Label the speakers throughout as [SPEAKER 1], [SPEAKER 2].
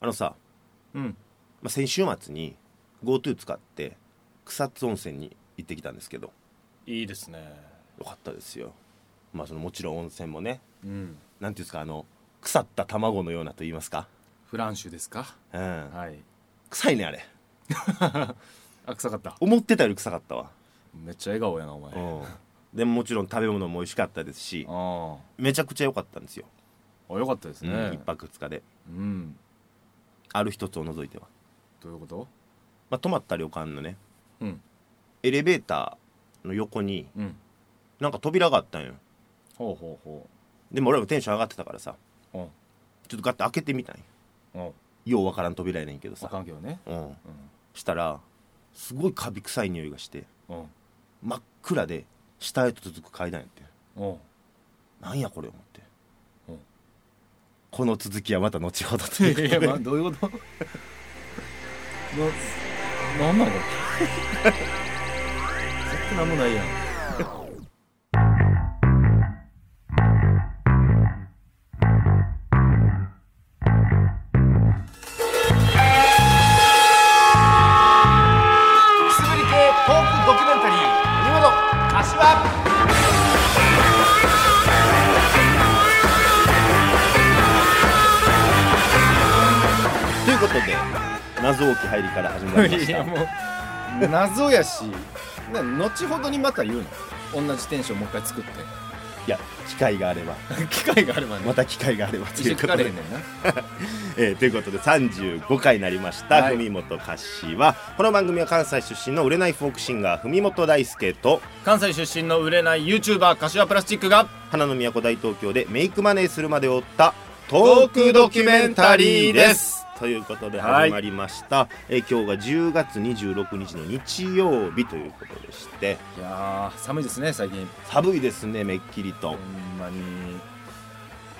[SPEAKER 1] あのさ、
[SPEAKER 2] うん
[SPEAKER 1] まあ、先週末に GoTo 使って草津温泉に行ってきたんですけど
[SPEAKER 2] いいですね
[SPEAKER 1] よかったですよまあそのもちろん温泉もね
[SPEAKER 2] うん
[SPEAKER 1] なんていうんですかあの腐った卵のようなと言いますか
[SPEAKER 2] フランシュですか
[SPEAKER 1] うん
[SPEAKER 2] はい
[SPEAKER 1] 臭いねあれ
[SPEAKER 2] あ臭かった
[SPEAKER 1] 思ってたより臭かったわ
[SPEAKER 2] めっちゃ笑顔やなお前
[SPEAKER 1] う
[SPEAKER 2] あ
[SPEAKER 1] んでももちろん食べ物も美味しかったですし
[SPEAKER 2] あ
[SPEAKER 1] めちゃくちゃ良かったんですよ、
[SPEAKER 2] あよかったです
[SPEAKER 1] うん、
[SPEAKER 2] ね
[SPEAKER 1] 1泊2日で
[SPEAKER 2] うん
[SPEAKER 1] ある一つを除いては、
[SPEAKER 2] どういうこと
[SPEAKER 1] まあ、泊まった旅館のね
[SPEAKER 2] うん
[SPEAKER 1] エレベーターの横に
[SPEAKER 2] うん
[SPEAKER 1] なんか扉があったんよ
[SPEAKER 2] ほうほうほ
[SPEAKER 1] でも俺もテンション上がってたからさ
[SPEAKER 2] ううん
[SPEAKER 1] ちょっとガッて開けてみたんよ
[SPEAKER 2] うん
[SPEAKER 1] ようわからん扉やねんけど
[SPEAKER 2] あ
[SPEAKER 1] さ
[SPEAKER 2] かんけどね
[SPEAKER 1] うん
[SPEAKER 2] う
[SPEAKER 1] したらすごいカビ臭い匂いがして
[SPEAKER 2] んうん
[SPEAKER 1] 真っ暗で下へと続く階段やって
[SPEAKER 2] うん
[SPEAKER 1] なんやこれ思って、
[SPEAKER 2] うん
[SPEAKER 1] この続きはまた後ほどと いうこと
[SPEAKER 2] い
[SPEAKER 1] で
[SPEAKER 2] やまあどういうことななんなの絶対なんもないやん
[SPEAKER 3] くすぶり系トークドキュメンタリー「国本柏」
[SPEAKER 1] ということで謎多き入りから始まりまし
[SPEAKER 2] いや
[SPEAKER 1] た
[SPEAKER 2] もう謎やしな後ほどにまた言うの同じテンションもう一回作って
[SPEAKER 1] いや機会があれ ば
[SPEAKER 2] 機会があればね
[SPEAKER 1] また機会があればと
[SPEAKER 2] 一
[SPEAKER 1] い
[SPEAKER 2] 緒
[SPEAKER 1] うこ
[SPEAKER 2] 聞か
[SPEAKER 1] と
[SPEAKER 2] れ
[SPEAKER 1] で
[SPEAKER 2] へんねんな
[SPEAKER 1] えーということで35回になりました「
[SPEAKER 2] はい
[SPEAKER 1] 文元歌詞は」この番組は関西出身の売れないフォークシンガー文元大輔と
[SPEAKER 2] 関西出身の売れない YouTuber 柏プラスチックが
[SPEAKER 1] 花の都大東京でメイクマネーするまでを追ったトークドキュメンタリーですということで
[SPEAKER 2] はい
[SPEAKER 1] 始まりました、えー今日が10月26日の日曜日ということでして
[SPEAKER 2] いやー寒いですね最近
[SPEAKER 1] 寒いですねめっきり
[SPEAKER 2] ほ
[SPEAKER 1] と
[SPEAKER 2] んまに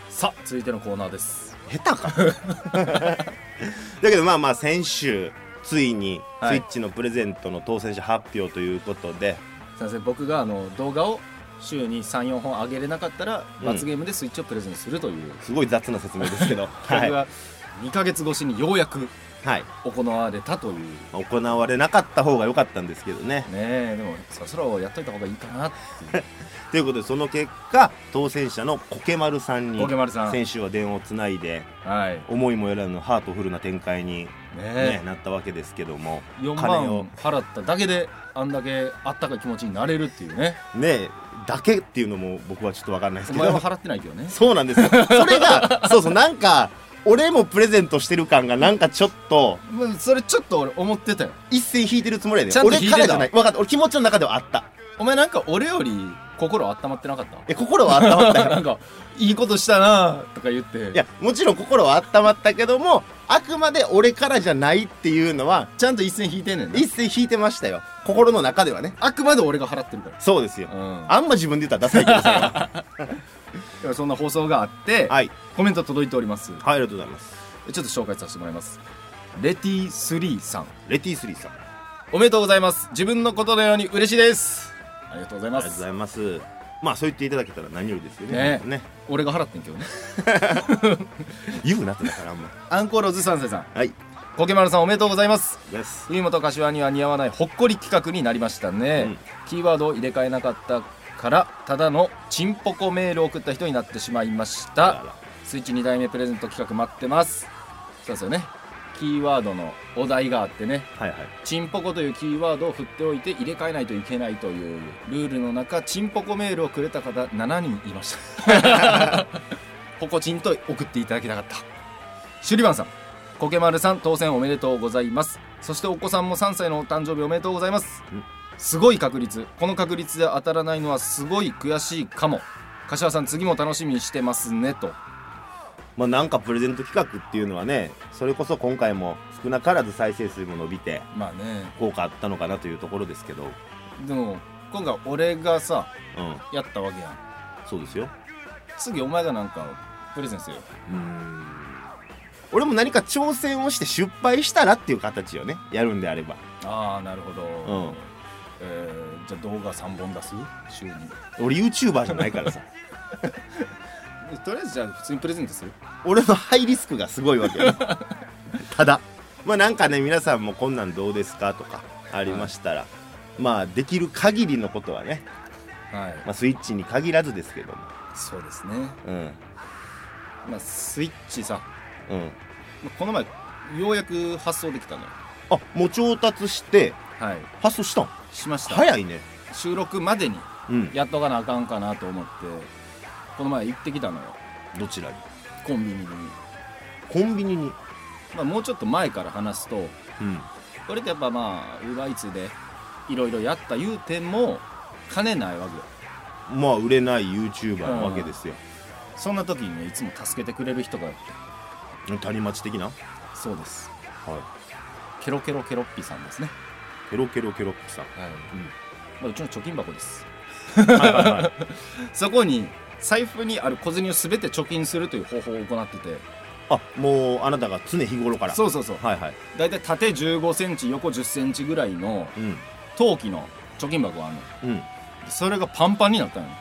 [SPEAKER 2] さあ続いてのコーナーです
[SPEAKER 1] 下手かだけどまあまあ先週ついにス
[SPEAKER 2] はい
[SPEAKER 1] イッチのプレゼントの当選者発表ということで、
[SPEAKER 2] 先生僕があの動画を週に34本上げれなかったら
[SPEAKER 1] うん
[SPEAKER 2] 罰ゲームでスイッチをプレゼントするという、
[SPEAKER 1] すごい雑な説明ですけ どはい、
[SPEAKER 2] 僕
[SPEAKER 1] は
[SPEAKER 2] が2ヶ月越しにようやく
[SPEAKER 1] い、
[SPEAKER 2] 行われたという
[SPEAKER 1] まあ行われなかった方が良かったんですけどね
[SPEAKER 2] ねえでもそろそろやっといた方がいいかなっていう
[SPEAKER 1] ということでその結果当選者のコケマルさんに
[SPEAKER 2] ポケマルさん
[SPEAKER 1] 先週は電話をつないで
[SPEAKER 2] はいね
[SPEAKER 1] 思いもよらぬハートフルな展開に、ね
[SPEAKER 2] え
[SPEAKER 1] なったわけですけども
[SPEAKER 2] 4
[SPEAKER 1] 金を
[SPEAKER 2] 万払っただけであんだけあったかい気持ちになれるっていうね
[SPEAKER 1] ねだけっていうのも僕はちょっと分かんないです
[SPEAKER 2] お
[SPEAKER 1] け
[SPEAKER 2] 前は
[SPEAKER 1] ど
[SPEAKER 2] 払ってないけどね
[SPEAKER 1] そうなんですよそれ がそうそうなんか俺もプレゼントしてる感がなんかちょっと
[SPEAKER 2] もうそれちょっと俺思ってたよ
[SPEAKER 1] 一線引いてるつもりやで、
[SPEAKER 2] ちゃんと
[SPEAKER 1] 俺
[SPEAKER 2] 引いてた
[SPEAKER 1] からじゃない分かった俺気持ちの中ではあった
[SPEAKER 2] お前なんか俺より心温まってなかっ
[SPEAKER 1] え心は温まった
[SPEAKER 2] た
[SPEAKER 1] よ
[SPEAKER 2] なんかいいことしたなとか言って
[SPEAKER 1] いやもちろん心は温まったけどもあくまで俺からじゃないっていうのは
[SPEAKER 2] ちゃんと一線引いてんねんな
[SPEAKER 1] 一線引いてましたよ心の中ではね
[SPEAKER 2] あくまで俺が払ってるから
[SPEAKER 1] そうですよ
[SPEAKER 2] うん、
[SPEAKER 1] あんま自分で言ったらダサいけど さ
[SPEAKER 2] でもそんな放送があって、
[SPEAKER 1] はい
[SPEAKER 2] コメント届いております
[SPEAKER 1] はいありがとうございます
[SPEAKER 2] ちょっと紹介させてもらいますレティ3さん
[SPEAKER 1] レティスリーさんあ
[SPEAKER 2] おめでとうございます自分のことのように嬉しいですありがとうござい
[SPEAKER 1] りが
[SPEAKER 2] ま
[SPEAKER 1] とうご
[SPEAKER 2] す
[SPEAKER 1] ざいますまあそう言っていただけたら何よりですよね
[SPEAKER 2] ね俺が払ってんけどね
[SPEAKER 1] 言うなってだからあんま
[SPEAKER 2] アンコールズ三世さん
[SPEAKER 1] はい
[SPEAKER 2] コケマルさんおめでとうございます
[SPEAKER 1] イエス
[SPEAKER 2] 冬本柏には似合わないほっこり企画になりましたね、
[SPEAKER 1] うん
[SPEAKER 2] キーワードを入れ替えなかったからただのチンポコメールを送った人になってしまいまし
[SPEAKER 1] あ
[SPEAKER 2] た
[SPEAKER 1] ら
[SPEAKER 2] スイッチ2代目プレゼント企画待ってますそうですよねキーワードのお題があってね
[SPEAKER 1] はいはい
[SPEAKER 2] チンポコというキーワードを振っておいて入れ替えないといけないというルールの中チンポコメールをくれた方7人いました ポコチンと送っていただけなかったシュリバンさんコケマルさん当選おめでとうございますそしてお子さんも3歳のお誕生日おめでとうございます
[SPEAKER 1] うん
[SPEAKER 2] すごい確率この確率で当たらないのはすごい悔しいかも柏さん次も楽しみにしてますねと
[SPEAKER 1] まあなんかプレゼント企画っていうのはねそれこそ今回も少なからず再生数も伸びて
[SPEAKER 2] まあね
[SPEAKER 1] 効果あったのかなというところですけど
[SPEAKER 2] でも今回俺がさ
[SPEAKER 1] うん
[SPEAKER 2] やったわけやん
[SPEAKER 1] そうですよ
[SPEAKER 2] 次お前がなんかプレゼンするよ
[SPEAKER 1] 俺も何か挑戦をして失敗したらっていう形をねやるんであれば
[SPEAKER 2] ああなるほど、
[SPEAKER 1] うん
[SPEAKER 2] えーじゃあ動画3本出す週に
[SPEAKER 1] 俺 YouTuber じゃないからさ
[SPEAKER 2] とりあえずじゃあ普通にプレゼントする
[SPEAKER 1] 俺のハイリスクがすごいわけよただまあなんかね皆さんもこんなんどうですかとかありましたら、まあできる限りのことはね、
[SPEAKER 2] はい
[SPEAKER 1] まあ、スイッチに限らずですけども
[SPEAKER 2] そうですね
[SPEAKER 1] うん
[SPEAKER 2] まあスイッチさ
[SPEAKER 1] うん
[SPEAKER 2] まあこの前ようやく発送できたのよ
[SPEAKER 1] あもう調達して
[SPEAKER 2] はい
[SPEAKER 1] 発送したん
[SPEAKER 2] しました
[SPEAKER 1] 早いね
[SPEAKER 2] 収録までに
[SPEAKER 1] うん
[SPEAKER 2] やっとかなあかんかなと思ってこの前行ってきたのよ
[SPEAKER 1] どちらに
[SPEAKER 2] コンビニに、
[SPEAKER 1] コンビニに
[SPEAKER 2] まあ、もうちょっと前から話すと
[SPEAKER 1] うん
[SPEAKER 2] これってやっぱまあウーバーイーツでいろいろやった言うても金ないわけよ
[SPEAKER 1] まあ売れない YouTuber なわけですよ、
[SPEAKER 2] そんな時にねいつも助けてくれる人が
[SPEAKER 1] 谷町的な
[SPEAKER 2] そうです
[SPEAKER 1] は
[SPEAKER 2] ケロケロケロッピさんですね、
[SPEAKER 1] いケロケロケロッピさん
[SPEAKER 2] はい
[SPEAKER 1] うん
[SPEAKER 2] まあ、うちの貯金箱です
[SPEAKER 1] はいはいはい
[SPEAKER 2] そこに財布にある小銭を全て貯金するという方法を行ってて
[SPEAKER 1] あもうあなたが常日頃から
[SPEAKER 2] そうそうそう
[SPEAKER 1] はいはい
[SPEAKER 2] 大体縦1 5ンチ横1 0ンチぐらいの
[SPEAKER 1] うん
[SPEAKER 2] 陶器の貯金箱があるの
[SPEAKER 1] うん
[SPEAKER 2] それがパンパンになったのよ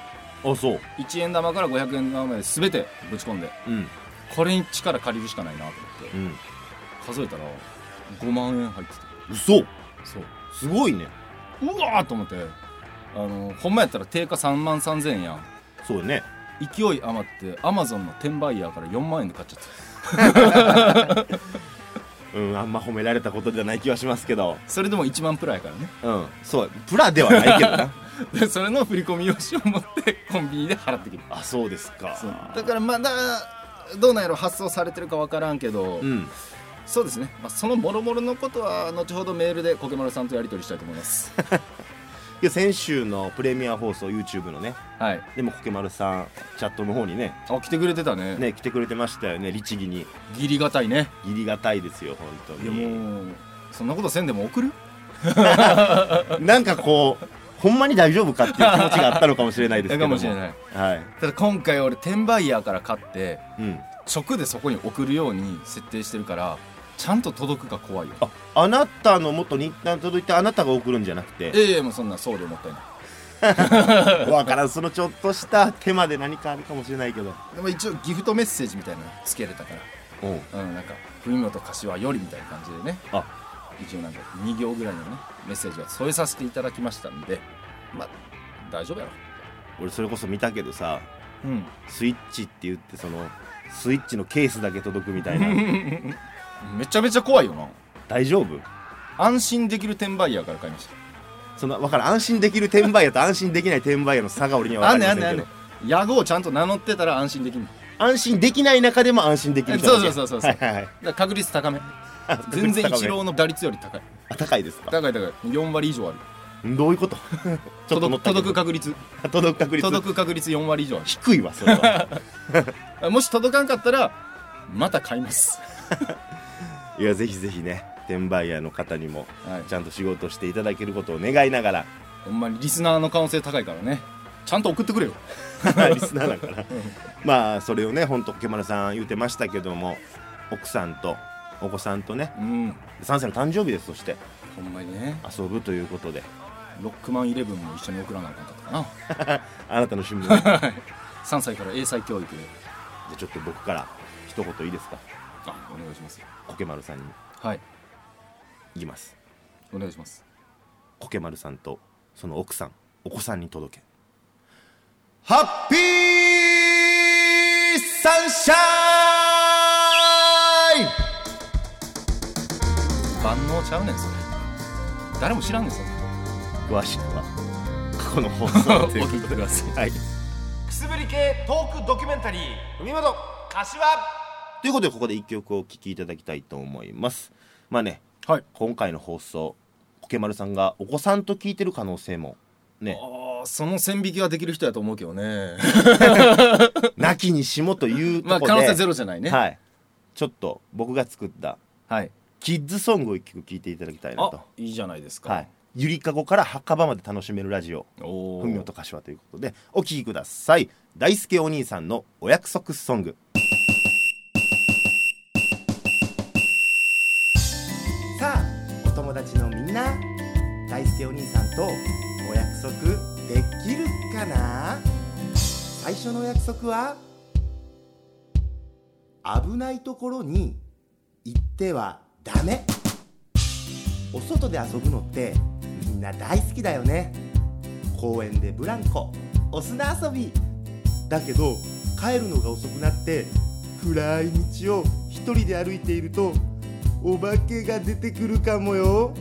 [SPEAKER 1] あそう
[SPEAKER 2] 1円玉から500円玉まで全てぶち込んで
[SPEAKER 1] うん
[SPEAKER 2] これに力借りるしかないなと思っ
[SPEAKER 1] う
[SPEAKER 2] て
[SPEAKER 1] ん
[SPEAKER 2] 数えたら5万円入って
[SPEAKER 1] 嘘
[SPEAKER 2] たそう
[SPEAKER 1] すごいね
[SPEAKER 2] うわーと思ってあのほんまやったら定価3万3000円やん
[SPEAKER 1] そうよね
[SPEAKER 2] 勢い余ってアマゾンの転売ヤーから4万円で買っちゃった
[SPEAKER 1] うんあんま褒められたことじゃない気はしますけど
[SPEAKER 2] それでも1万プラやからね
[SPEAKER 1] うんそうプラではないけどな
[SPEAKER 2] で それの振り込み用紙を持ってコンビニで払ってきる
[SPEAKER 1] あそうですか
[SPEAKER 2] そうだからまだどうなんやろ発送されてるか分からんけど、
[SPEAKER 1] うん
[SPEAKER 2] そうですね、まあ、そのもろもろのことは後ほどメールでコケマルさんとやり取りしたいと思います
[SPEAKER 1] いや先週のプレミア放送 YouTube のね
[SPEAKER 2] はい
[SPEAKER 1] でもコケマルさんチャットの方にね
[SPEAKER 2] あ来てくれてたね
[SPEAKER 1] ね来てくれてましたよね律儀に
[SPEAKER 2] ギリがたいね
[SPEAKER 1] 義理がたいですよ本当
[SPEAKER 2] いや
[SPEAKER 1] に
[SPEAKER 2] もうそんなことせんでも送る
[SPEAKER 1] なんかこうほんまに大丈夫かっていう気持ちがあったのかもし れないですけど
[SPEAKER 2] かもしれない
[SPEAKER 1] はい
[SPEAKER 2] ただ今回俺転売ヤーから買って
[SPEAKER 1] うん
[SPEAKER 2] 直でそこに送るように設定してるからちゃんと届くか怖いよ
[SPEAKER 1] ああなたの元に一旦届いてあなたが送るんじゃなくて
[SPEAKER 2] ええもうそんな送料もったいない
[SPEAKER 1] わからんそのちょっとした手間で何かあるかもしれないけど
[SPEAKER 2] でも一応ギフトメッセージみたいなのつけれたか
[SPEAKER 1] うん
[SPEAKER 2] らうんなんか文元柏よりみたいな感じでね
[SPEAKER 1] あ
[SPEAKER 2] 一応なんか2行ぐらいのねメッセージは添えさせていただきましたんでまあ大丈夫やろ
[SPEAKER 1] 俺それこそ見たけどさ
[SPEAKER 2] うん
[SPEAKER 1] スイッチって言ってそのスイッチのケースだけ届くみたい な
[SPEAKER 2] めちゃめちゃ怖いよな
[SPEAKER 1] 大丈夫
[SPEAKER 2] 安心できる転売ヤーから買いました
[SPEAKER 1] その分からん安心できる転売屋と安心できない転売屋の差が俺には
[SPEAKER 2] あん
[SPEAKER 1] 分
[SPEAKER 2] ねん
[SPEAKER 1] か
[SPEAKER 2] あ
[SPEAKER 1] り
[SPEAKER 2] ん
[SPEAKER 1] ま
[SPEAKER 2] ねん
[SPEAKER 1] せ
[SPEAKER 2] あ
[SPEAKER 1] んけど
[SPEAKER 2] んねん野号ちゃんと名乗ってたら安心できんだか
[SPEAKER 1] 安心できない中でも安心できる人なわけ
[SPEAKER 2] そうそうそうそう
[SPEAKER 1] はいはいはい
[SPEAKER 2] ら確 率高め
[SPEAKER 1] 確
[SPEAKER 2] 全
[SPEAKER 1] 率
[SPEAKER 2] 然
[SPEAKER 1] 高め
[SPEAKER 2] イチローの打率より高い
[SPEAKER 1] あ高いですか
[SPEAKER 2] 高い高い4割以上ある
[SPEAKER 1] どういうこと ちょっと乗
[SPEAKER 2] 届
[SPEAKER 1] っ
[SPEAKER 2] く
[SPEAKER 1] たけど
[SPEAKER 2] 届く確率
[SPEAKER 1] 届く確率
[SPEAKER 2] 届く確率4割以上あ
[SPEAKER 1] 低いわそれは
[SPEAKER 2] るもし届かんかったらまた買います、
[SPEAKER 1] いやぜひぜひね転売屋の方にも
[SPEAKER 2] はい、
[SPEAKER 1] ちゃんと仕事していただけることを願いながら
[SPEAKER 2] ほんまにリスナーの可能性高いからねちゃんと送ってくれよ
[SPEAKER 1] リスナーだからまあそれをねほんとけまるさん言うてましたけども奥さんとお子さんとね
[SPEAKER 2] うん
[SPEAKER 1] 3歳の誕生日ですそして
[SPEAKER 2] ほんまにね
[SPEAKER 1] 遊ぶということで
[SPEAKER 2] ロックマンイレブンも一緒に送らなあかんかったかな
[SPEAKER 1] あなたの新聞じゃ
[SPEAKER 2] 3歳から英才教育で
[SPEAKER 1] あちょっと僕から一言いいですか
[SPEAKER 2] あお願いします
[SPEAKER 1] コケマルさんに
[SPEAKER 2] はい
[SPEAKER 1] 言います
[SPEAKER 2] お願いします
[SPEAKER 1] コケマルさんとその奥さんお子さんに届けハッピーサンシャイン
[SPEAKER 2] 万能ちゃうねんそれ誰も知らんねんそれ
[SPEAKER 1] 詳しくは過去の放送 ということ
[SPEAKER 2] お聞きくださ
[SPEAKER 1] で、はい、
[SPEAKER 3] くすぶり系トークドキュメンタリー海本柏
[SPEAKER 1] ということでここで一曲お聴きいただきたいと思いますまあね
[SPEAKER 2] はい
[SPEAKER 1] 今回の放送コケマルさんがお子さんと聞いてる可能性もね
[SPEAKER 2] ああその線引きはできる人やと思うけどね
[SPEAKER 1] なきにしもというところ
[SPEAKER 2] まあ
[SPEAKER 1] で、
[SPEAKER 2] 可能性ゼロじゃないね
[SPEAKER 1] はいちょっと僕が作った
[SPEAKER 2] はい
[SPEAKER 1] キッズソングを一曲聴いていただきたいなと
[SPEAKER 2] あいいじゃないですか
[SPEAKER 1] はいゆりかごから墓場まで楽しめるラジオ
[SPEAKER 2] おお
[SPEAKER 1] 文明と柏ということでお聴きください大輔お兄さんのお約束ソングさあお友達のみんな大輔お兄さんとお約束できるかな最初のお約束は危ないところに行ってはダメお外で遊ぶのってみんな大好きだよね公園でブランコお砂遊びだけど帰るのが遅くなって暗い道を一人で歩いているとお化けが出てくるかもよ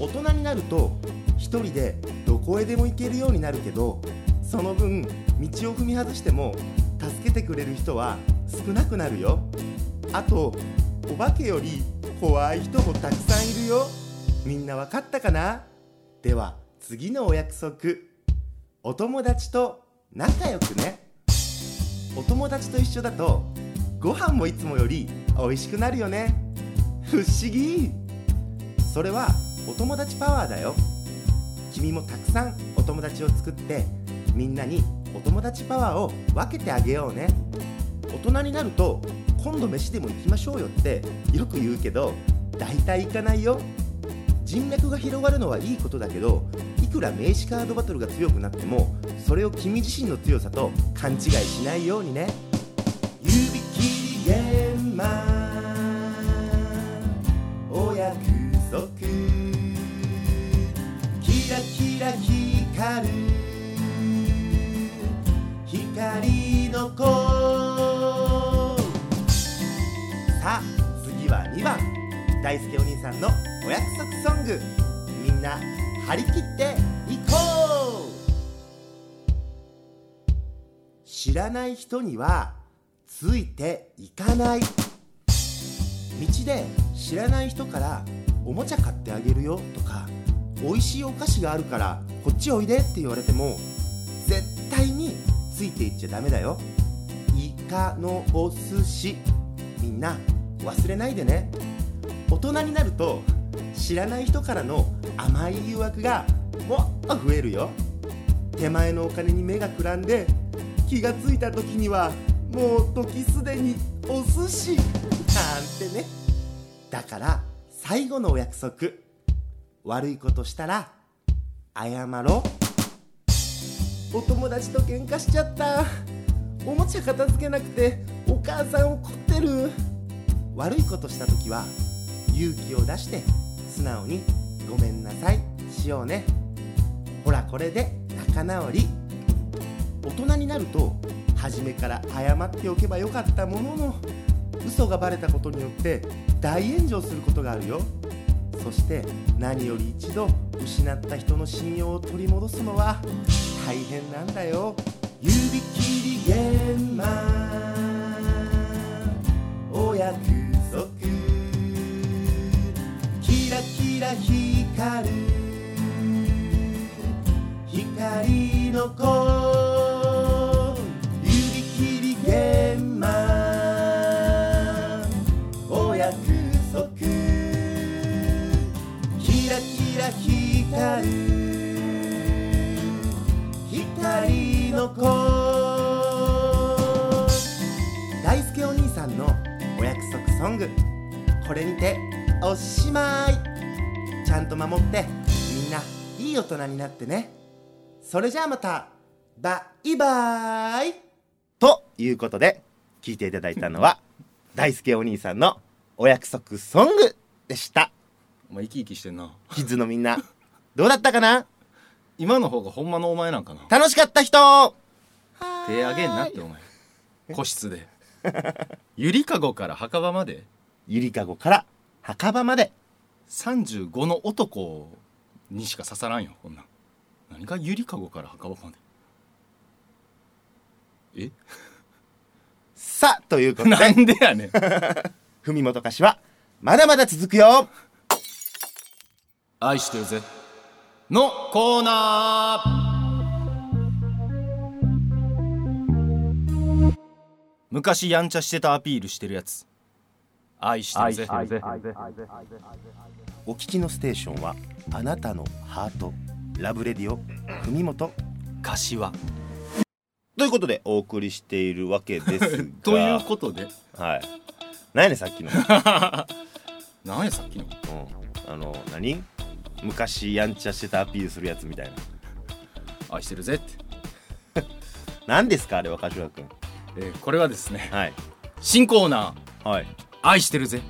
[SPEAKER 1] 大人になると一人でどこへでも行けるようになるけどその分道を踏み外しても助けてくれる人は少なくなるよあとお化けより怖い人もたくさんいるよみんなわかったかなでは次のお約束お友達と仲良くねお友達と一緒だとご飯もいつもより美味しくなるよね不思議それはお友達パワーだよ君もたくさんお友達を作ってみんなにお友達パワーを分けてあげようね大人になると今度飯でも行きましょうよってよく言うけど大体行かないよ人脈が広がるのはいいことだけどいくら名刺カードバトルが強くなってもそれを君自身の強さと勘違いしないようにね指切り玄米お約束キラキラ光る光の子さあ次は2番大輔お兄さんのお約束ソングみんな張り切っていこう知らない人にはついていかない道で知らない人からおもちゃ買ってあげるよとか美味しいお菓子があるからこっちおいでって言われても絶対についていっちゃダメだよイカのお寿司みんな忘れないでね大人になると知らない人からの甘い誘惑がもっと増えるよ手前のお金に目がくらんで気がついた時にはもう時すでにお寿司なんてねだから最後のお約束悪いことしたら謝ろうお友達と喧嘩しちゃったおもちゃ片付けなくてお母さん怒ってる悪いことした時は勇気を出して素直に「ごめんなさい」しようねほらこれで仲直り大人になると初めから謝っておけばよかったものの嘘がバレたことによって大炎上することがあるよそして何より一度失った人の信用を取り戻すのは大変なんだよ指切り玄米お約束キラキラ光る光の子指切り玄米お約束キラキラ光る光の子大輔お兄さんのお約束ソングこれにておしまいちゃんと守ってみんないい大人になってねそれじゃあまたバイバイということで聞いていただいたの は大輔お兄さんのお約束ソングでした
[SPEAKER 2] お前生き生きしてんな
[SPEAKER 1] キッズのみんなどうだったかな
[SPEAKER 2] 今の方がほんまのお前なんかな
[SPEAKER 1] 楽しかった人
[SPEAKER 2] 手上げんなってお前個室でゆりかごから墓場まで
[SPEAKER 1] ゆりかごから墓場まで
[SPEAKER 2] 35の男にしか刺さらんよこんなん何がゆりかごから墓場までえ
[SPEAKER 1] さあということで
[SPEAKER 2] なんでやねん
[SPEAKER 1] 文元歌詞はまだまだ続くよ
[SPEAKER 2] 愛してるぜのコーナー昔やんちゃしてたアピールしてるやつ愛してるぜ
[SPEAKER 1] お聞きのステーションはあなたのハートラブレディオ文元
[SPEAKER 2] 柏
[SPEAKER 1] ということでお送りしているわけです が
[SPEAKER 2] ということで
[SPEAKER 1] はい何やねんさっきの、うん、
[SPEAKER 2] なんやさっきの
[SPEAKER 1] あの何昔やんちゃしてたアピールするやつみたいな
[SPEAKER 2] 愛してるぜって、
[SPEAKER 1] 何ですかあれは柏君
[SPEAKER 2] えーこれはですね
[SPEAKER 1] はい
[SPEAKER 2] 新コーナー
[SPEAKER 1] はい
[SPEAKER 2] 愛してるぜ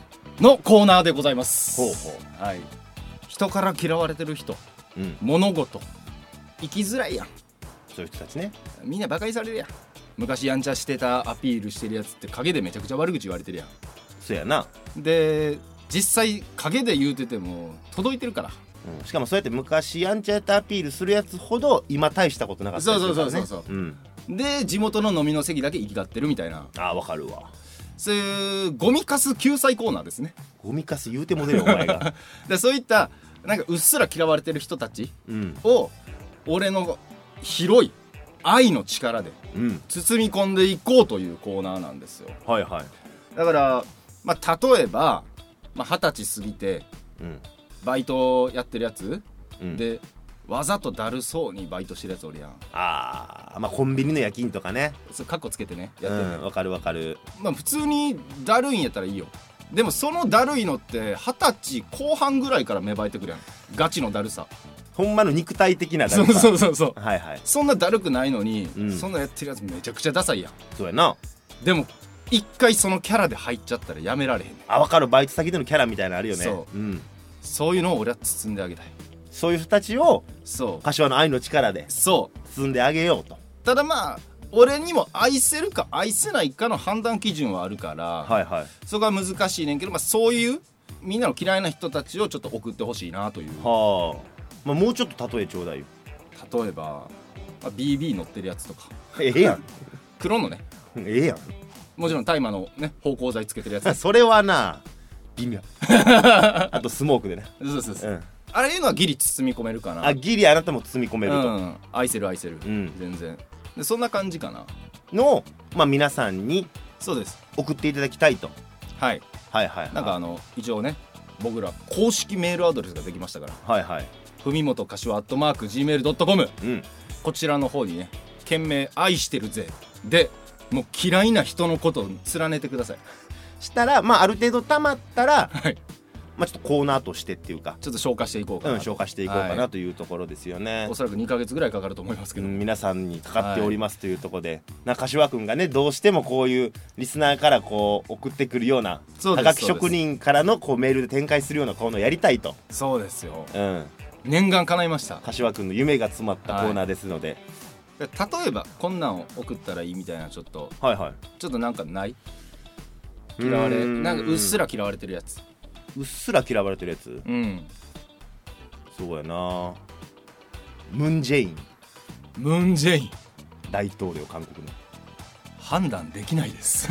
[SPEAKER 2] のコーナーでございます
[SPEAKER 1] ほうほ
[SPEAKER 2] はい、人から嫌われてる人
[SPEAKER 1] うん
[SPEAKER 2] 物事生きづらいやん
[SPEAKER 1] そういう人たちね
[SPEAKER 2] みんなバカにされるやん昔やんちゃしてたアピールしてるやつって陰でめちゃくちゃ悪口言われてるや
[SPEAKER 1] そうやな、
[SPEAKER 2] んで実際陰で言うてても届いてるから
[SPEAKER 1] うん、しかもそうやって昔やんちゃやったアピールするやつほど今大したことなかったりするからね
[SPEAKER 2] そうそうそうそう
[SPEAKER 1] うん、
[SPEAKER 2] で地元の飲みの席だけ行き立ってるみたいな
[SPEAKER 1] ああわかるわ
[SPEAKER 2] そういうゴミカス救済コーナーですね
[SPEAKER 1] ゴミかす言うてもねえよお前 が
[SPEAKER 2] でそういったなんかうっすら嫌われてる人たち
[SPEAKER 1] うん
[SPEAKER 2] を俺の広い愛の力で
[SPEAKER 1] うん
[SPEAKER 2] 包み込んでいこうというコーナーなんですよ
[SPEAKER 1] はいはい
[SPEAKER 2] だから、まあ、例えばまあ二十、歳過ぎて
[SPEAKER 1] うん
[SPEAKER 2] バイトやってるやつ、
[SPEAKER 1] うん
[SPEAKER 2] でわざとだるそうにバイトしてるやつおるやん
[SPEAKER 1] ああまあコンビニの夜勤とかね
[SPEAKER 2] それカッコつけてねや
[SPEAKER 1] う
[SPEAKER 2] ってる、
[SPEAKER 1] んわかるわかる
[SPEAKER 2] まあ普通にだるいんやったらいいよでもそのだるいのって二十歳後半ぐらいから芽生えてくるやんガチのだるさ
[SPEAKER 1] ほんまの肉体的 なだ
[SPEAKER 2] そ
[SPEAKER 1] け
[SPEAKER 2] う
[SPEAKER 1] か
[SPEAKER 2] そうそうそう
[SPEAKER 1] はいはい
[SPEAKER 2] そんなだるくないのに、
[SPEAKER 1] うん
[SPEAKER 2] そんなやってるやつめちゃくちゃダサいやん
[SPEAKER 1] そうやな
[SPEAKER 2] でも一回そのキャラで入っちゃったらやめられへんねん
[SPEAKER 1] あわかるバイト先でのキャラみたいなのあるよね、
[SPEAKER 2] そう
[SPEAKER 1] ん、
[SPEAKER 2] そういうのを俺は包んであげたい
[SPEAKER 1] そういう人たちを
[SPEAKER 2] そう
[SPEAKER 1] 柏の愛の力で
[SPEAKER 2] そう
[SPEAKER 1] 包んであげようと
[SPEAKER 2] ただまあ俺にも愛せるか愛せないかの判断基準はあるから、
[SPEAKER 1] いはい
[SPEAKER 2] そこは難しいねんけど、まあ、そういうみんなの嫌いな人たちをちょっと送ってほしいなという
[SPEAKER 1] はあ、まあ、もうちょっと例えちょうだいよ
[SPEAKER 2] 例えば、まあ、BB 乗ってるやつとか
[SPEAKER 1] ええやん
[SPEAKER 2] 黒のね
[SPEAKER 1] ええや
[SPEAKER 2] もちろん大麻のね芳香剤つけてるやつそ
[SPEAKER 1] んそれはな微妙あとスモークでね
[SPEAKER 2] うそうそうそう、
[SPEAKER 1] うん
[SPEAKER 2] あれいうのはギリ包み込めるかな
[SPEAKER 1] あギリあなたも包み込める
[SPEAKER 2] う
[SPEAKER 1] と、
[SPEAKER 2] ん、愛せる愛せる、
[SPEAKER 1] うん
[SPEAKER 2] 全然でそんな感じかな
[SPEAKER 1] のをまあ皆さんに
[SPEAKER 2] そうです
[SPEAKER 1] 送っていただきたいと
[SPEAKER 2] はい
[SPEAKER 1] はいはいはい
[SPEAKER 2] なんかあの一応ね僕ら公式メールアドレスができましたから
[SPEAKER 1] はいはい
[SPEAKER 2] 文元柏アットマーク Gmail.com
[SPEAKER 1] うん
[SPEAKER 2] こちらの方にね「懸命愛してるぜ」でもう嫌いな人のことを連ねてください
[SPEAKER 1] したらまあある程度たまったら、
[SPEAKER 2] はい
[SPEAKER 1] まあ、ちょっとコーナーとしてっていうか、
[SPEAKER 2] ちょっと消化していこう
[SPEAKER 1] う
[SPEAKER 2] か
[SPEAKER 1] ん、
[SPEAKER 2] な、
[SPEAKER 1] 消化していこうか
[SPEAKER 2] は
[SPEAKER 1] なというところですよね、
[SPEAKER 2] おそらく2ヶ月ぐらいかかると思いますけ
[SPEAKER 1] う
[SPEAKER 2] ど、
[SPEAKER 1] ん皆さんにかかっておりますというところで、な柏君がねどうしてもこういうリスナーからこう送ってくるような
[SPEAKER 2] そう
[SPEAKER 1] は
[SPEAKER 2] です
[SPEAKER 1] がき職人からのこうメールで展開するようなこうのやりたいと、
[SPEAKER 2] そうですよ
[SPEAKER 1] うん、
[SPEAKER 2] 念願叶いました
[SPEAKER 1] 柏君の夢が詰まったコーナーですので、
[SPEAKER 2] で例えばこんなんを送ったらいいみたいなちょっと
[SPEAKER 1] はい、はい
[SPEAKER 2] ちょっとなんかない嫌われなんかうっす
[SPEAKER 1] ら
[SPEAKER 2] ら嫌われてるやつ
[SPEAKER 1] うっすら嫌われてるやつ
[SPEAKER 2] うん
[SPEAKER 1] そうやなムン・ジェイン
[SPEAKER 2] ムン・ジェイン
[SPEAKER 1] 大統領韓国の
[SPEAKER 2] 判断できないです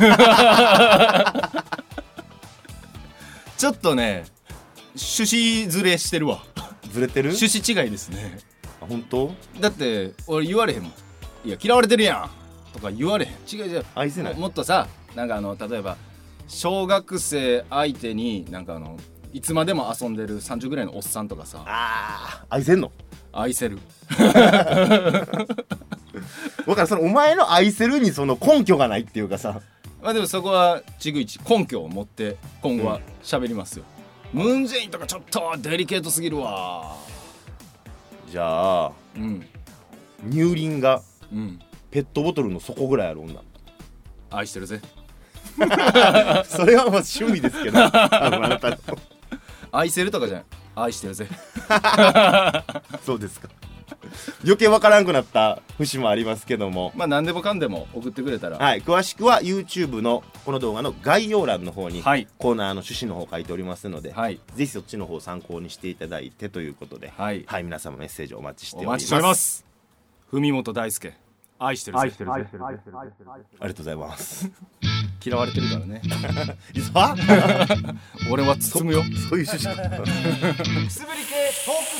[SPEAKER 2] ちょっとね趣旨ずれしてるわ
[SPEAKER 1] ずれてる
[SPEAKER 2] 趣旨違いですね
[SPEAKER 1] あ本当
[SPEAKER 2] だって俺言われへんもん「いや嫌われてるやん」とか言われへん違う違う
[SPEAKER 1] 愛せない
[SPEAKER 2] もっとさなんかあの例えば小学生相手になんかあのいつまでも遊んでる30ぐらいのおっさんとかさ
[SPEAKER 1] あー愛せんの
[SPEAKER 2] 愛せる
[SPEAKER 1] だからそのお前の愛せるにその根拠がないっていうかさ
[SPEAKER 2] まあでもそこはちぐいち根拠を持って今後は喋りますよ、ムン・ジェインとかちょっとデリケートすぎるわ
[SPEAKER 1] じゃあ
[SPEAKER 2] うん
[SPEAKER 1] 乳輪が
[SPEAKER 2] うん
[SPEAKER 1] ペットボトルの底ぐらいある女
[SPEAKER 2] 愛してるぜ
[SPEAKER 1] それはもう趣味ですけど多分あなたの
[SPEAKER 2] 愛せるとかじゃない愛してるぜ
[SPEAKER 1] そうですか余計わからんくなった節もありますけども
[SPEAKER 2] まあ何でもかんでも送ってくれたら
[SPEAKER 1] はい詳しくは YouTube のこの動画の概要欄の方にコ
[SPEAKER 2] はい
[SPEAKER 1] ーナーの趣旨の方書いておりますので、
[SPEAKER 2] はい
[SPEAKER 1] ぜひそっちの方を参考にしていただいてということで
[SPEAKER 2] はい
[SPEAKER 1] はい、皆様メッセージお待ちしてお
[SPEAKER 2] お
[SPEAKER 1] ります
[SPEAKER 2] 待ちしております文元大輔愛してるぜ
[SPEAKER 1] ありがとうございます
[SPEAKER 2] 嫌われてるからね
[SPEAKER 1] いざ
[SPEAKER 2] 俺は包むよ
[SPEAKER 1] そういう趣旨か
[SPEAKER 3] くすぶり系トーク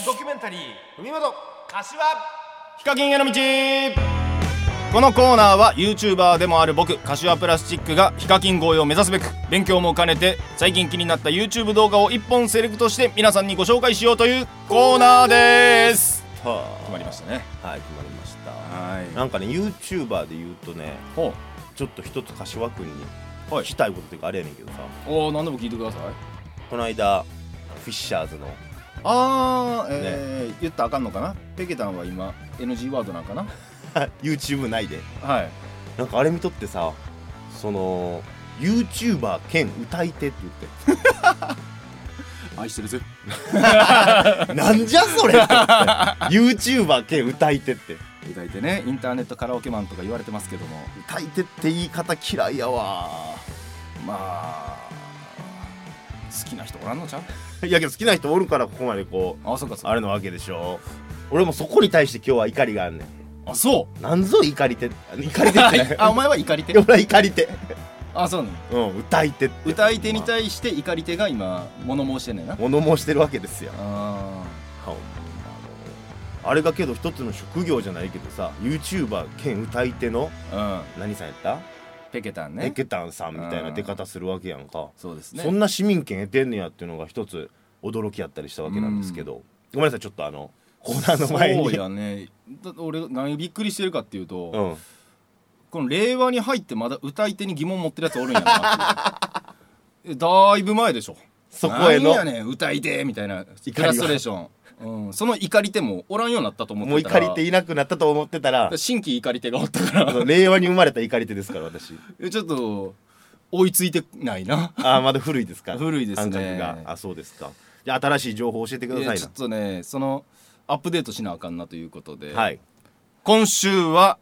[SPEAKER 3] ドキュメンタリー海本柏
[SPEAKER 2] ヒカキンへの道このコーナーは YouTuber でもある僕柏プラスチックがヒカキン越えを目指すべく勉強も兼ねて最近気になった YouTube 動画を1本セレクトして皆さんにご紹介しようというコーナーです決
[SPEAKER 1] は
[SPEAKER 2] まりましたね
[SPEAKER 1] あはい決まりました
[SPEAKER 2] は
[SPEAKER 1] なんかね YouTuber で言うとね
[SPEAKER 2] いほ
[SPEAKER 1] ちょっと一つ柏君に
[SPEAKER 2] うは
[SPEAKER 1] 聞きたいことっていうかあれやねんけどさ
[SPEAKER 2] おー何でも聞いてください
[SPEAKER 1] この間フィッシャーズの
[SPEAKER 2] あー、えー言ったらあかんのかなペケタンは今 NG ワードなんかな
[SPEAKER 1] YouTube 内で
[SPEAKER 2] はい
[SPEAKER 1] なんかあれ見とってさその YouTuber 兼歌い手って
[SPEAKER 2] 愛してるぜ
[SPEAKER 1] 言って なんじゃそれって YouTuber 兼歌い手って
[SPEAKER 2] 歌い手ねインターネットカラオケマンとか言われてますけども
[SPEAKER 1] 歌い手って言い方嫌いやわ
[SPEAKER 2] まあ好きな人おらんのちゃう
[SPEAKER 1] いやけど好きな人おるからここまでこう
[SPEAKER 2] あそうかそう
[SPEAKER 1] あれなわけでしょ俺もそこに対して今日は怒りがあんね
[SPEAKER 2] あそ
[SPEAKER 1] んなんぞ怒り手怒り手って
[SPEAKER 2] うあお前は怒り手
[SPEAKER 1] 俺は怒り手
[SPEAKER 2] あそうなの
[SPEAKER 1] うん歌い手って
[SPEAKER 2] 歌い手に対して怒り手が今物申してんねんな
[SPEAKER 1] 物申してるわけですよ
[SPEAKER 2] あ
[SPEAKER 1] ああれがけど一つの職業じゃないけどさ YouTuber 兼歌い手の
[SPEAKER 2] ーうん
[SPEAKER 1] 何さんやった
[SPEAKER 2] ペケタン
[SPEAKER 1] エ
[SPEAKER 2] ね
[SPEAKER 1] ケタンさんみたいな出方するわけやんか、
[SPEAKER 2] そうですね
[SPEAKER 1] そんな市民権得てんねやっていうのが一つ驚きやったりしたわけなんですけど、ごめんなさいちょっとあのコーナーの前に
[SPEAKER 2] そうやねだ俺何びっくりしてるかっていうと、
[SPEAKER 1] うん、
[SPEAKER 2] この令和に入ってまだ歌い手に疑問持ってるやつおるんやな っていうだいぶ前でしょ
[SPEAKER 1] そこへの
[SPEAKER 2] なんやねん歌い手みたいな
[SPEAKER 1] り
[SPEAKER 2] フ
[SPEAKER 1] は
[SPEAKER 2] ラストレーション、うん、その怒り手もおらんようになったと思って
[SPEAKER 1] もう
[SPEAKER 2] たら
[SPEAKER 1] 怒り手いなくなったと思ってたら
[SPEAKER 2] 新規怒り手がおったか ら
[SPEAKER 1] 令和に生まれた怒り手ですから私
[SPEAKER 2] えちょっと追いついてない な
[SPEAKER 1] ああまだ古いですか
[SPEAKER 2] 古いです
[SPEAKER 1] 感
[SPEAKER 2] ね
[SPEAKER 1] 覚があそうですかじゃあ新しい情報教えてくだ
[SPEAKER 2] い
[SPEAKER 1] さ
[SPEAKER 2] や
[SPEAKER 1] い
[SPEAKER 2] ちょ
[SPEAKER 1] な
[SPEAKER 2] っとねそのアップデートしなあかんなということで、
[SPEAKER 1] はい
[SPEAKER 2] 今週は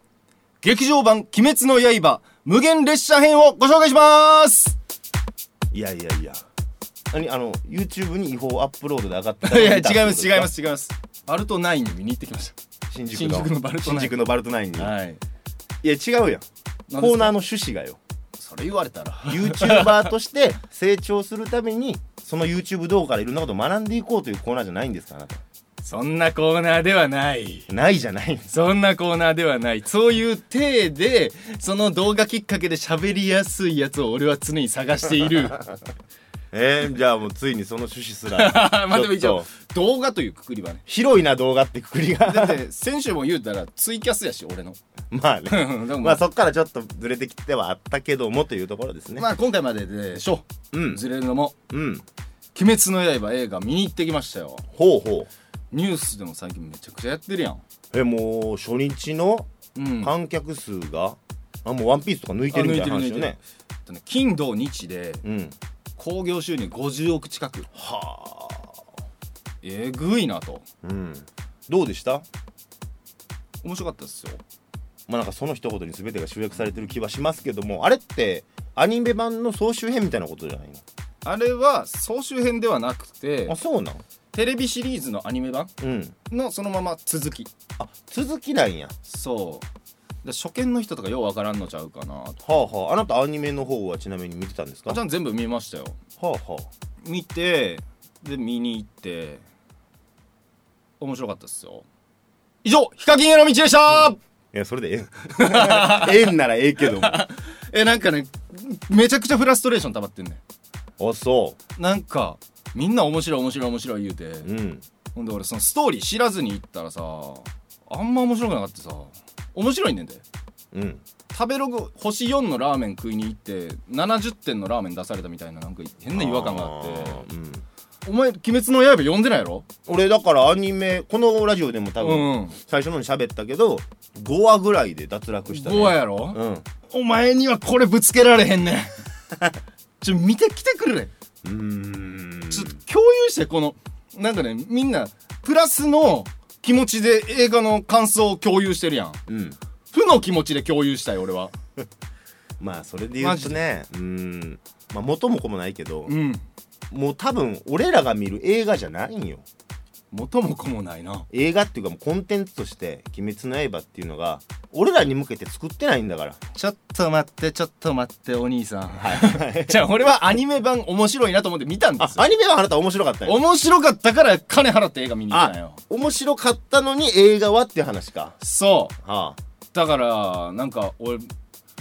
[SPEAKER 2] 劇場版「鬼滅の刃無限列車編」をご紹介 します
[SPEAKER 1] いやいやいや何あの YouTube に違法アップロードで上がっ
[SPEAKER 2] い
[SPEAKER 1] た
[SPEAKER 2] や違 います違います違いますバルト9に見に行ってきまし
[SPEAKER 1] 新宿
[SPEAKER 2] 新
[SPEAKER 1] の
[SPEAKER 2] 宿のバルトナイン
[SPEAKER 1] 新宿のバルトナインに、
[SPEAKER 2] たはい
[SPEAKER 1] い、や違うやん
[SPEAKER 2] か
[SPEAKER 1] コーナーの趣旨がよ
[SPEAKER 2] それ言われたら
[SPEAKER 1] YouTuber として成長するためにその YouTube 動画からいろんなことを学んでいこうというコーナーじゃないんですかあなた
[SPEAKER 2] そんなコーナーではない
[SPEAKER 1] ないじゃないん です
[SPEAKER 2] そんなコーナーではないそういう体でその動画きっかけで喋りやすいやつを俺は常に探してい る
[SPEAKER 1] えー、じゃあもうついにその趣旨すら
[SPEAKER 2] まあでも 一
[SPEAKER 1] ちょ
[SPEAKER 2] 応
[SPEAKER 1] っと
[SPEAKER 2] 動画というくくりはね
[SPEAKER 1] 広いな動画ってくくり
[SPEAKER 2] だ
[SPEAKER 1] が
[SPEAKER 2] って先週も言うたらツイキャスやし俺の
[SPEAKER 1] まあね
[SPEAKER 2] でも
[SPEAKER 1] まあそっからちょっとずれてきてはあったけどもというところですね、
[SPEAKER 2] まあ今回まででしょ
[SPEAKER 1] うん
[SPEAKER 2] ずれるのも
[SPEAKER 1] うん
[SPEAKER 2] 「鬼滅の刃」映画見に行ってきましたよ
[SPEAKER 1] ほうほ
[SPEAKER 2] ニュースでも最近めちゃくちゃやってるやん
[SPEAKER 1] うえもう初日の
[SPEAKER 2] うん
[SPEAKER 1] 観客数が、あもうワンピースとか抜いてるみたいな話よね
[SPEAKER 2] あ抜いてる抜いてるあとね金土日で
[SPEAKER 1] うん
[SPEAKER 2] 興行収入50億近く
[SPEAKER 1] は
[SPEAKER 2] えぐいなと
[SPEAKER 1] あうんどうでした
[SPEAKER 2] 面白かったですよ
[SPEAKER 1] まあなんかその一言に全てが集約されてる気はしますけどもあれってアニメ版の総集編みたいなことじゃない
[SPEAKER 2] あれは総集編ではなくて
[SPEAKER 1] のあそうなん
[SPEAKER 2] テレビシリーズのアニメ版
[SPEAKER 1] うん
[SPEAKER 2] のそのまま続き
[SPEAKER 1] あ続きなんや
[SPEAKER 2] そうで初見の人とかようわからんのちゃうかなと
[SPEAKER 1] はあはああなたアニメの方はちなみに見てたんですか
[SPEAKER 2] あちゃん全部見ましたよ
[SPEAKER 1] はあは
[SPEAKER 2] 見てで見に行って面白かったですよ以上ヒカキンへの道でした、
[SPEAKER 1] あいやそれでえ えええんならええけどもあ
[SPEAKER 2] えなんかねめちゃくちゃフラストレーション溜まってんね
[SPEAKER 1] そ
[SPEAKER 2] んなんかみんな面白い面白い面白い言うて、
[SPEAKER 1] ううん
[SPEAKER 2] ほんで俺そのストーリー知らずに行ったらさあんま面白くなかったさ面白いねんで
[SPEAKER 1] うん
[SPEAKER 2] 食べログ星4のラーメン食いに行って70点のラーメン出されたみたいななんか変な違和感があって
[SPEAKER 1] ーうん
[SPEAKER 2] 「お前鬼滅の刃」読んでないやろ
[SPEAKER 1] 俺だからアニメこのラジオでも多
[SPEAKER 2] う
[SPEAKER 1] 分
[SPEAKER 2] ん、うん、
[SPEAKER 1] 最初のに喋ったけど5話ぐらいで脱落した、ね、
[SPEAKER 2] 5話やろ、
[SPEAKER 1] うん
[SPEAKER 2] お前にはこれぶつけられへんねん ちょ見てきてくれ
[SPEAKER 1] うーん
[SPEAKER 2] ちょっと共有してこのなんかねみんなプラスの気持ちで映画の感想を共有してるやん
[SPEAKER 1] うん
[SPEAKER 2] 負の気持ちで共有したい俺は
[SPEAKER 1] まあそれで言うとねうんまあ元も子もないけど、
[SPEAKER 2] うん
[SPEAKER 1] もう多分俺らが見る映画じゃないんよ
[SPEAKER 2] 元も子もないな
[SPEAKER 1] 映画っていうかもうコンテンツとして「鬼滅の刃」っていうのが俺らに向けて作ってないんだから
[SPEAKER 2] ちょっと待ってちょっと待ってお兄さんはい じゃあ俺はアニメ版面白いなと思って見たんで
[SPEAKER 1] あ
[SPEAKER 2] すよ
[SPEAKER 1] アニメはあなた面白かったんや
[SPEAKER 2] 面白かったから金払って映画見に行ったの
[SPEAKER 1] あ
[SPEAKER 2] よ
[SPEAKER 1] 面白かったのに映画はっていう話か
[SPEAKER 2] そう
[SPEAKER 1] は
[SPEAKER 2] だからなんか俺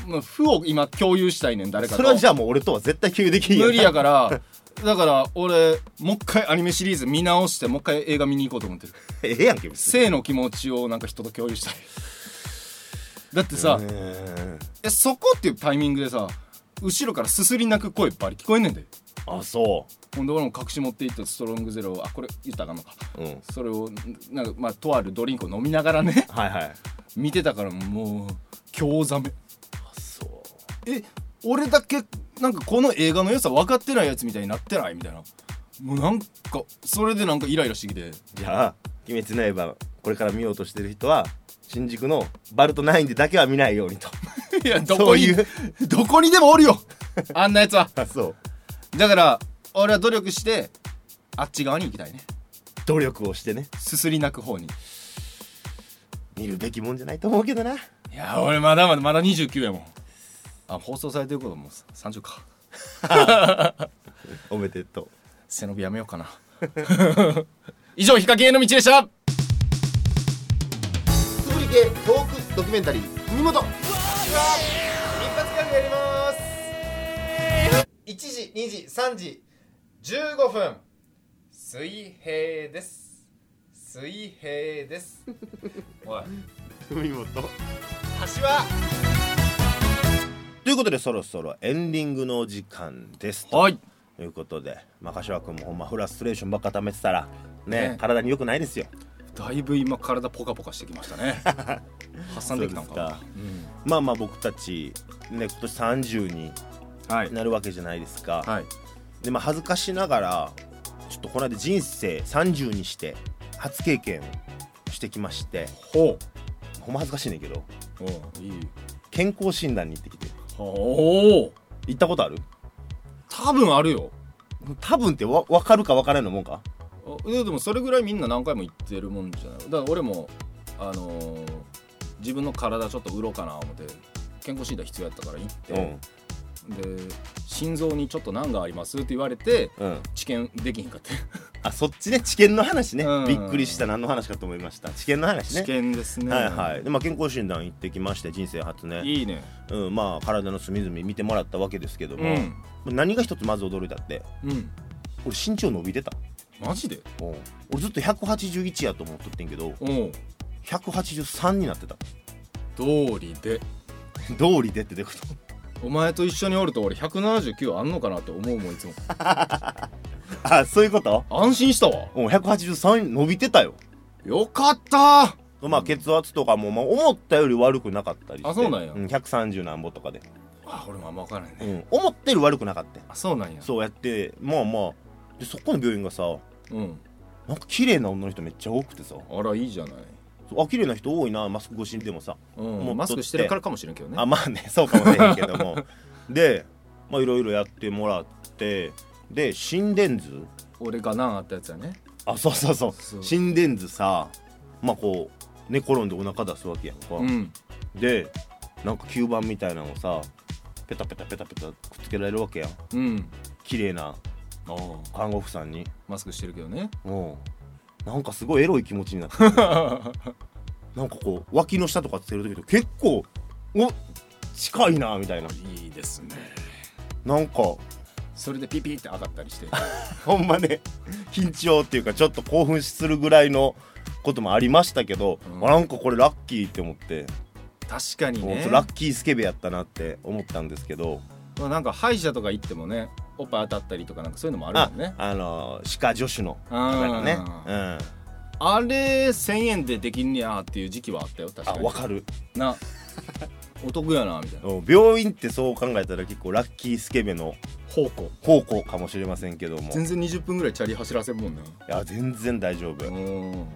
[SPEAKER 2] まあ負を今共有したいねん
[SPEAKER 1] あ
[SPEAKER 2] 誰か
[SPEAKER 1] そ
[SPEAKER 2] と
[SPEAKER 1] れはじゃあもう俺とは絶対共有できんやん
[SPEAKER 2] 無理やからだから俺もう一回アニメシリーズ見直してもう一回映画見に行こうと思ってる
[SPEAKER 1] ええやんけ別に
[SPEAKER 2] 性の気持ちをなんか人と共有したいだってさ、
[SPEAKER 1] うーん
[SPEAKER 2] えそこっていうタイミングでさ後ろからすすり泣く声ばり聞こえんねんで
[SPEAKER 1] あそ
[SPEAKER 2] ほんで俺も隠し持っていったストロングゼロをあこれ言ったらあかんのか
[SPEAKER 1] ううん
[SPEAKER 2] それをなんかまあとあるドリンクを飲みながらね
[SPEAKER 1] はいはい
[SPEAKER 2] 見てたからもう興ざめ
[SPEAKER 1] あそう
[SPEAKER 2] え俺だけなんかこの映画の良さ分かってないやつみたいになってないみたいなもうなんかそれでなんかイライラしてきて
[SPEAKER 1] じゃあ「鬼滅の刃」これから見ようとしてる人は新宿のバルト9でだけは見ないようにと
[SPEAKER 2] い やどこに
[SPEAKER 1] そう
[SPEAKER 2] どこにでもおるよ あんなやつは
[SPEAKER 1] あそう
[SPEAKER 2] だから俺は努力してあっち側に行きたいね
[SPEAKER 1] 努力をしてね
[SPEAKER 2] すすり泣く方に
[SPEAKER 1] 見るべきもんじゃないと思うけどない
[SPEAKER 2] や俺まだまだまだ29やもんあ放送されてることもう30か
[SPEAKER 1] おめでとう
[SPEAKER 2] 背伸びやめようかな 以上ヒカキンへの道でした
[SPEAKER 1] つぶり系トークドキュメンタリー海本
[SPEAKER 4] 一発ギャグやります1時2時3時15分水平です水平ですおい
[SPEAKER 1] 海本
[SPEAKER 4] 橋は
[SPEAKER 1] ということでそろそろエンディングのお時間ですと
[SPEAKER 2] はい
[SPEAKER 1] いうことで、まあ、柏君もほんまフラストレーションばっか溜めてたらね
[SPEAKER 2] ね
[SPEAKER 1] 体に良くないですよ
[SPEAKER 2] だいぶ今体ポカポカしてきました ね発散できたんか
[SPEAKER 1] そうですかまあまあ僕たちね今年30に
[SPEAKER 2] うんはい
[SPEAKER 1] なるわけじゃないですか、
[SPEAKER 2] はい
[SPEAKER 1] でまあ恥ずかしながらちょっとこの間人生30にして初経験をしてきまして
[SPEAKER 2] ほ
[SPEAKER 1] ほんま恥ずかしいねんけど
[SPEAKER 2] うおいい
[SPEAKER 1] 健康診断に行ってきて
[SPEAKER 2] おお
[SPEAKER 1] 行ったことある
[SPEAKER 2] 多分あるよ
[SPEAKER 1] 多分ってわ分かるか分からないのもんか
[SPEAKER 2] あいやでもそれぐらいみんな何回も言ってるもんじゃないだから俺もあのー自分の体ちょっと売ろうかな思って健康診断必要やったから行
[SPEAKER 1] う
[SPEAKER 2] っ
[SPEAKER 1] ん
[SPEAKER 2] て、で心臓にちょっと難がありますって言われて
[SPEAKER 1] うん
[SPEAKER 2] 治験できひんかって、
[SPEAKER 1] あそっちね治験の話ね、
[SPEAKER 2] うん
[SPEAKER 1] びっくりした何の話かと思いました治験の話
[SPEAKER 2] 治
[SPEAKER 1] ね
[SPEAKER 2] 験ですね
[SPEAKER 1] はいはいで、まあ、健康診断行ってきまして人生初ね、
[SPEAKER 2] いいね
[SPEAKER 1] うん、まあ体の隅々見てもらったわけですけども、
[SPEAKER 2] うん
[SPEAKER 1] 何が一つまず驚いたって
[SPEAKER 2] うん
[SPEAKER 1] 俺身長伸びてた、
[SPEAKER 2] マジで
[SPEAKER 1] うん、俺ずっと181やと思っとってんけど
[SPEAKER 2] おう
[SPEAKER 1] 183になってた
[SPEAKER 2] 道理で
[SPEAKER 1] 道理でってどういうこと
[SPEAKER 2] お前と一緒におると俺179あんのかなって思うもんいつも
[SPEAKER 1] あそういうこと
[SPEAKER 2] 安心したわ
[SPEAKER 1] うん183伸びてたよ
[SPEAKER 2] よかった
[SPEAKER 1] まあ血圧とかも、まあ、思ったより悪くなかったりして
[SPEAKER 2] あそうなんや
[SPEAKER 1] ん、130なんぼとかで、
[SPEAKER 2] あ俺もあんま分からないね
[SPEAKER 1] うん、思ったより悪くなかった
[SPEAKER 2] あそうなんや
[SPEAKER 1] そうやってまあまあでそこの病院がさ
[SPEAKER 2] うん
[SPEAKER 1] なんか綺麗な女の人めっちゃ多くてさ
[SPEAKER 2] あらいいじゃない
[SPEAKER 1] そうあ綺麗な人多いなマスク越しでもさ、
[SPEAKER 2] う、
[SPEAKER 1] もうん
[SPEAKER 2] マスクしてるからかもしれんけどね
[SPEAKER 1] あまあねそうかもしれへんけど もでまあいろいろやってもらってで心電図
[SPEAKER 2] 俺が何あったやつやね
[SPEAKER 1] あそうそうそう
[SPEAKER 2] そう
[SPEAKER 1] 心電図さまあこう寝転んでお腹出すわけやんか、
[SPEAKER 2] うん
[SPEAKER 1] でなんか吸盤みたいなのをさペタペタペタペタくっつけられるわけやん
[SPEAKER 2] うん
[SPEAKER 1] 綺麗な
[SPEAKER 2] ああ
[SPEAKER 1] 看護婦さんに
[SPEAKER 2] マスクしてるけどね
[SPEAKER 1] うんなんかすごいエロい気持ちになって なんかこう脇の下とかつける時と結構お近いなみたいない
[SPEAKER 2] いですね
[SPEAKER 1] なんか
[SPEAKER 2] それでピピって上がったりして
[SPEAKER 1] ほんまね緊張っていうかちょっと興奮するぐらいのこともありましたけど、
[SPEAKER 2] うん
[SPEAKER 1] あなんかこれラッキーって思って、
[SPEAKER 2] 確かに
[SPEAKER 1] もう
[SPEAKER 2] ね
[SPEAKER 1] ラッキースケベやったなって思ったんですけど
[SPEAKER 2] まあなんか歯医者とか行ってもねおっぱい当たったりとかなんかそういうのもあ
[SPEAKER 1] あ
[SPEAKER 2] るもんね
[SPEAKER 1] あの歯科助手の方がねうん
[SPEAKER 2] あれ1000円でできんねやっていう時期はあったよ確か
[SPEAKER 1] あ
[SPEAKER 2] に
[SPEAKER 1] わかる
[SPEAKER 2] なお得やなみたいな
[SPEAKER 1] うん病院ってそう考えたら結構ラッキースケベの
[SPEAKER 2] 方向
[SPEAKER 1] 方向かもしれませんけども
[SPEAKER 2] 全然20分ぐらいチャリ走らせるもんない
[SPEAKER 1] や全然大丈夫、
[SPEAKER 2] うん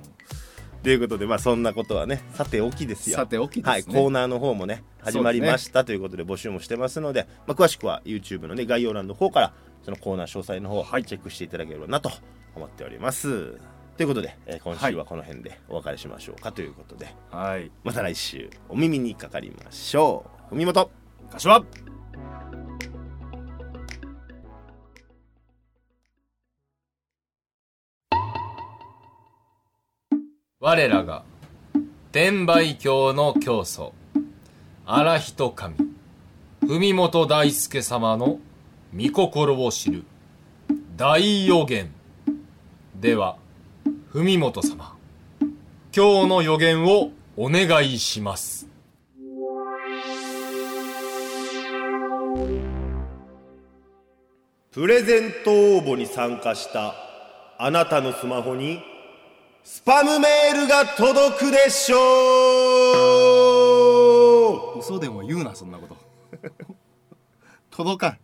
[SPEAKER 1] ということでまあそんなことはねさておきですよ
[SPEAKER 2] さておきですね
[SPEAKER 1] はい、コーナーの方もね
[SPEAKER 2] そうです
[SPEAKER 1] 始
[SPEAKER 2] ね
[SPEAKER 1] まりましたということで募集もしてますので、まあ、詳しくは YouTube の、ね、概要欄の方からそのコーナー詳細の方をチェックしていただければなと思っております。ということで、えー今週はこの辺でお別れしましょうかということで、
[SPEAKER 2] はい
[SPEAKER 1] また来週お耳にかかりましょう。文元
[SPEAKER 2] 柏
[SPEAKER 5] 我らが天売教の教祖荒人神文本大輔様の御心を知る大予言では文本様今日の予言をお願いします
[SPEAKER 1] プレゼント応募に参加したあなたのスマホにスパムメールが届くでしょう
[SPEAKER 2] 嘘でも言うなそんなこと届かん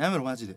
[SPEAKER 2] やめろマジで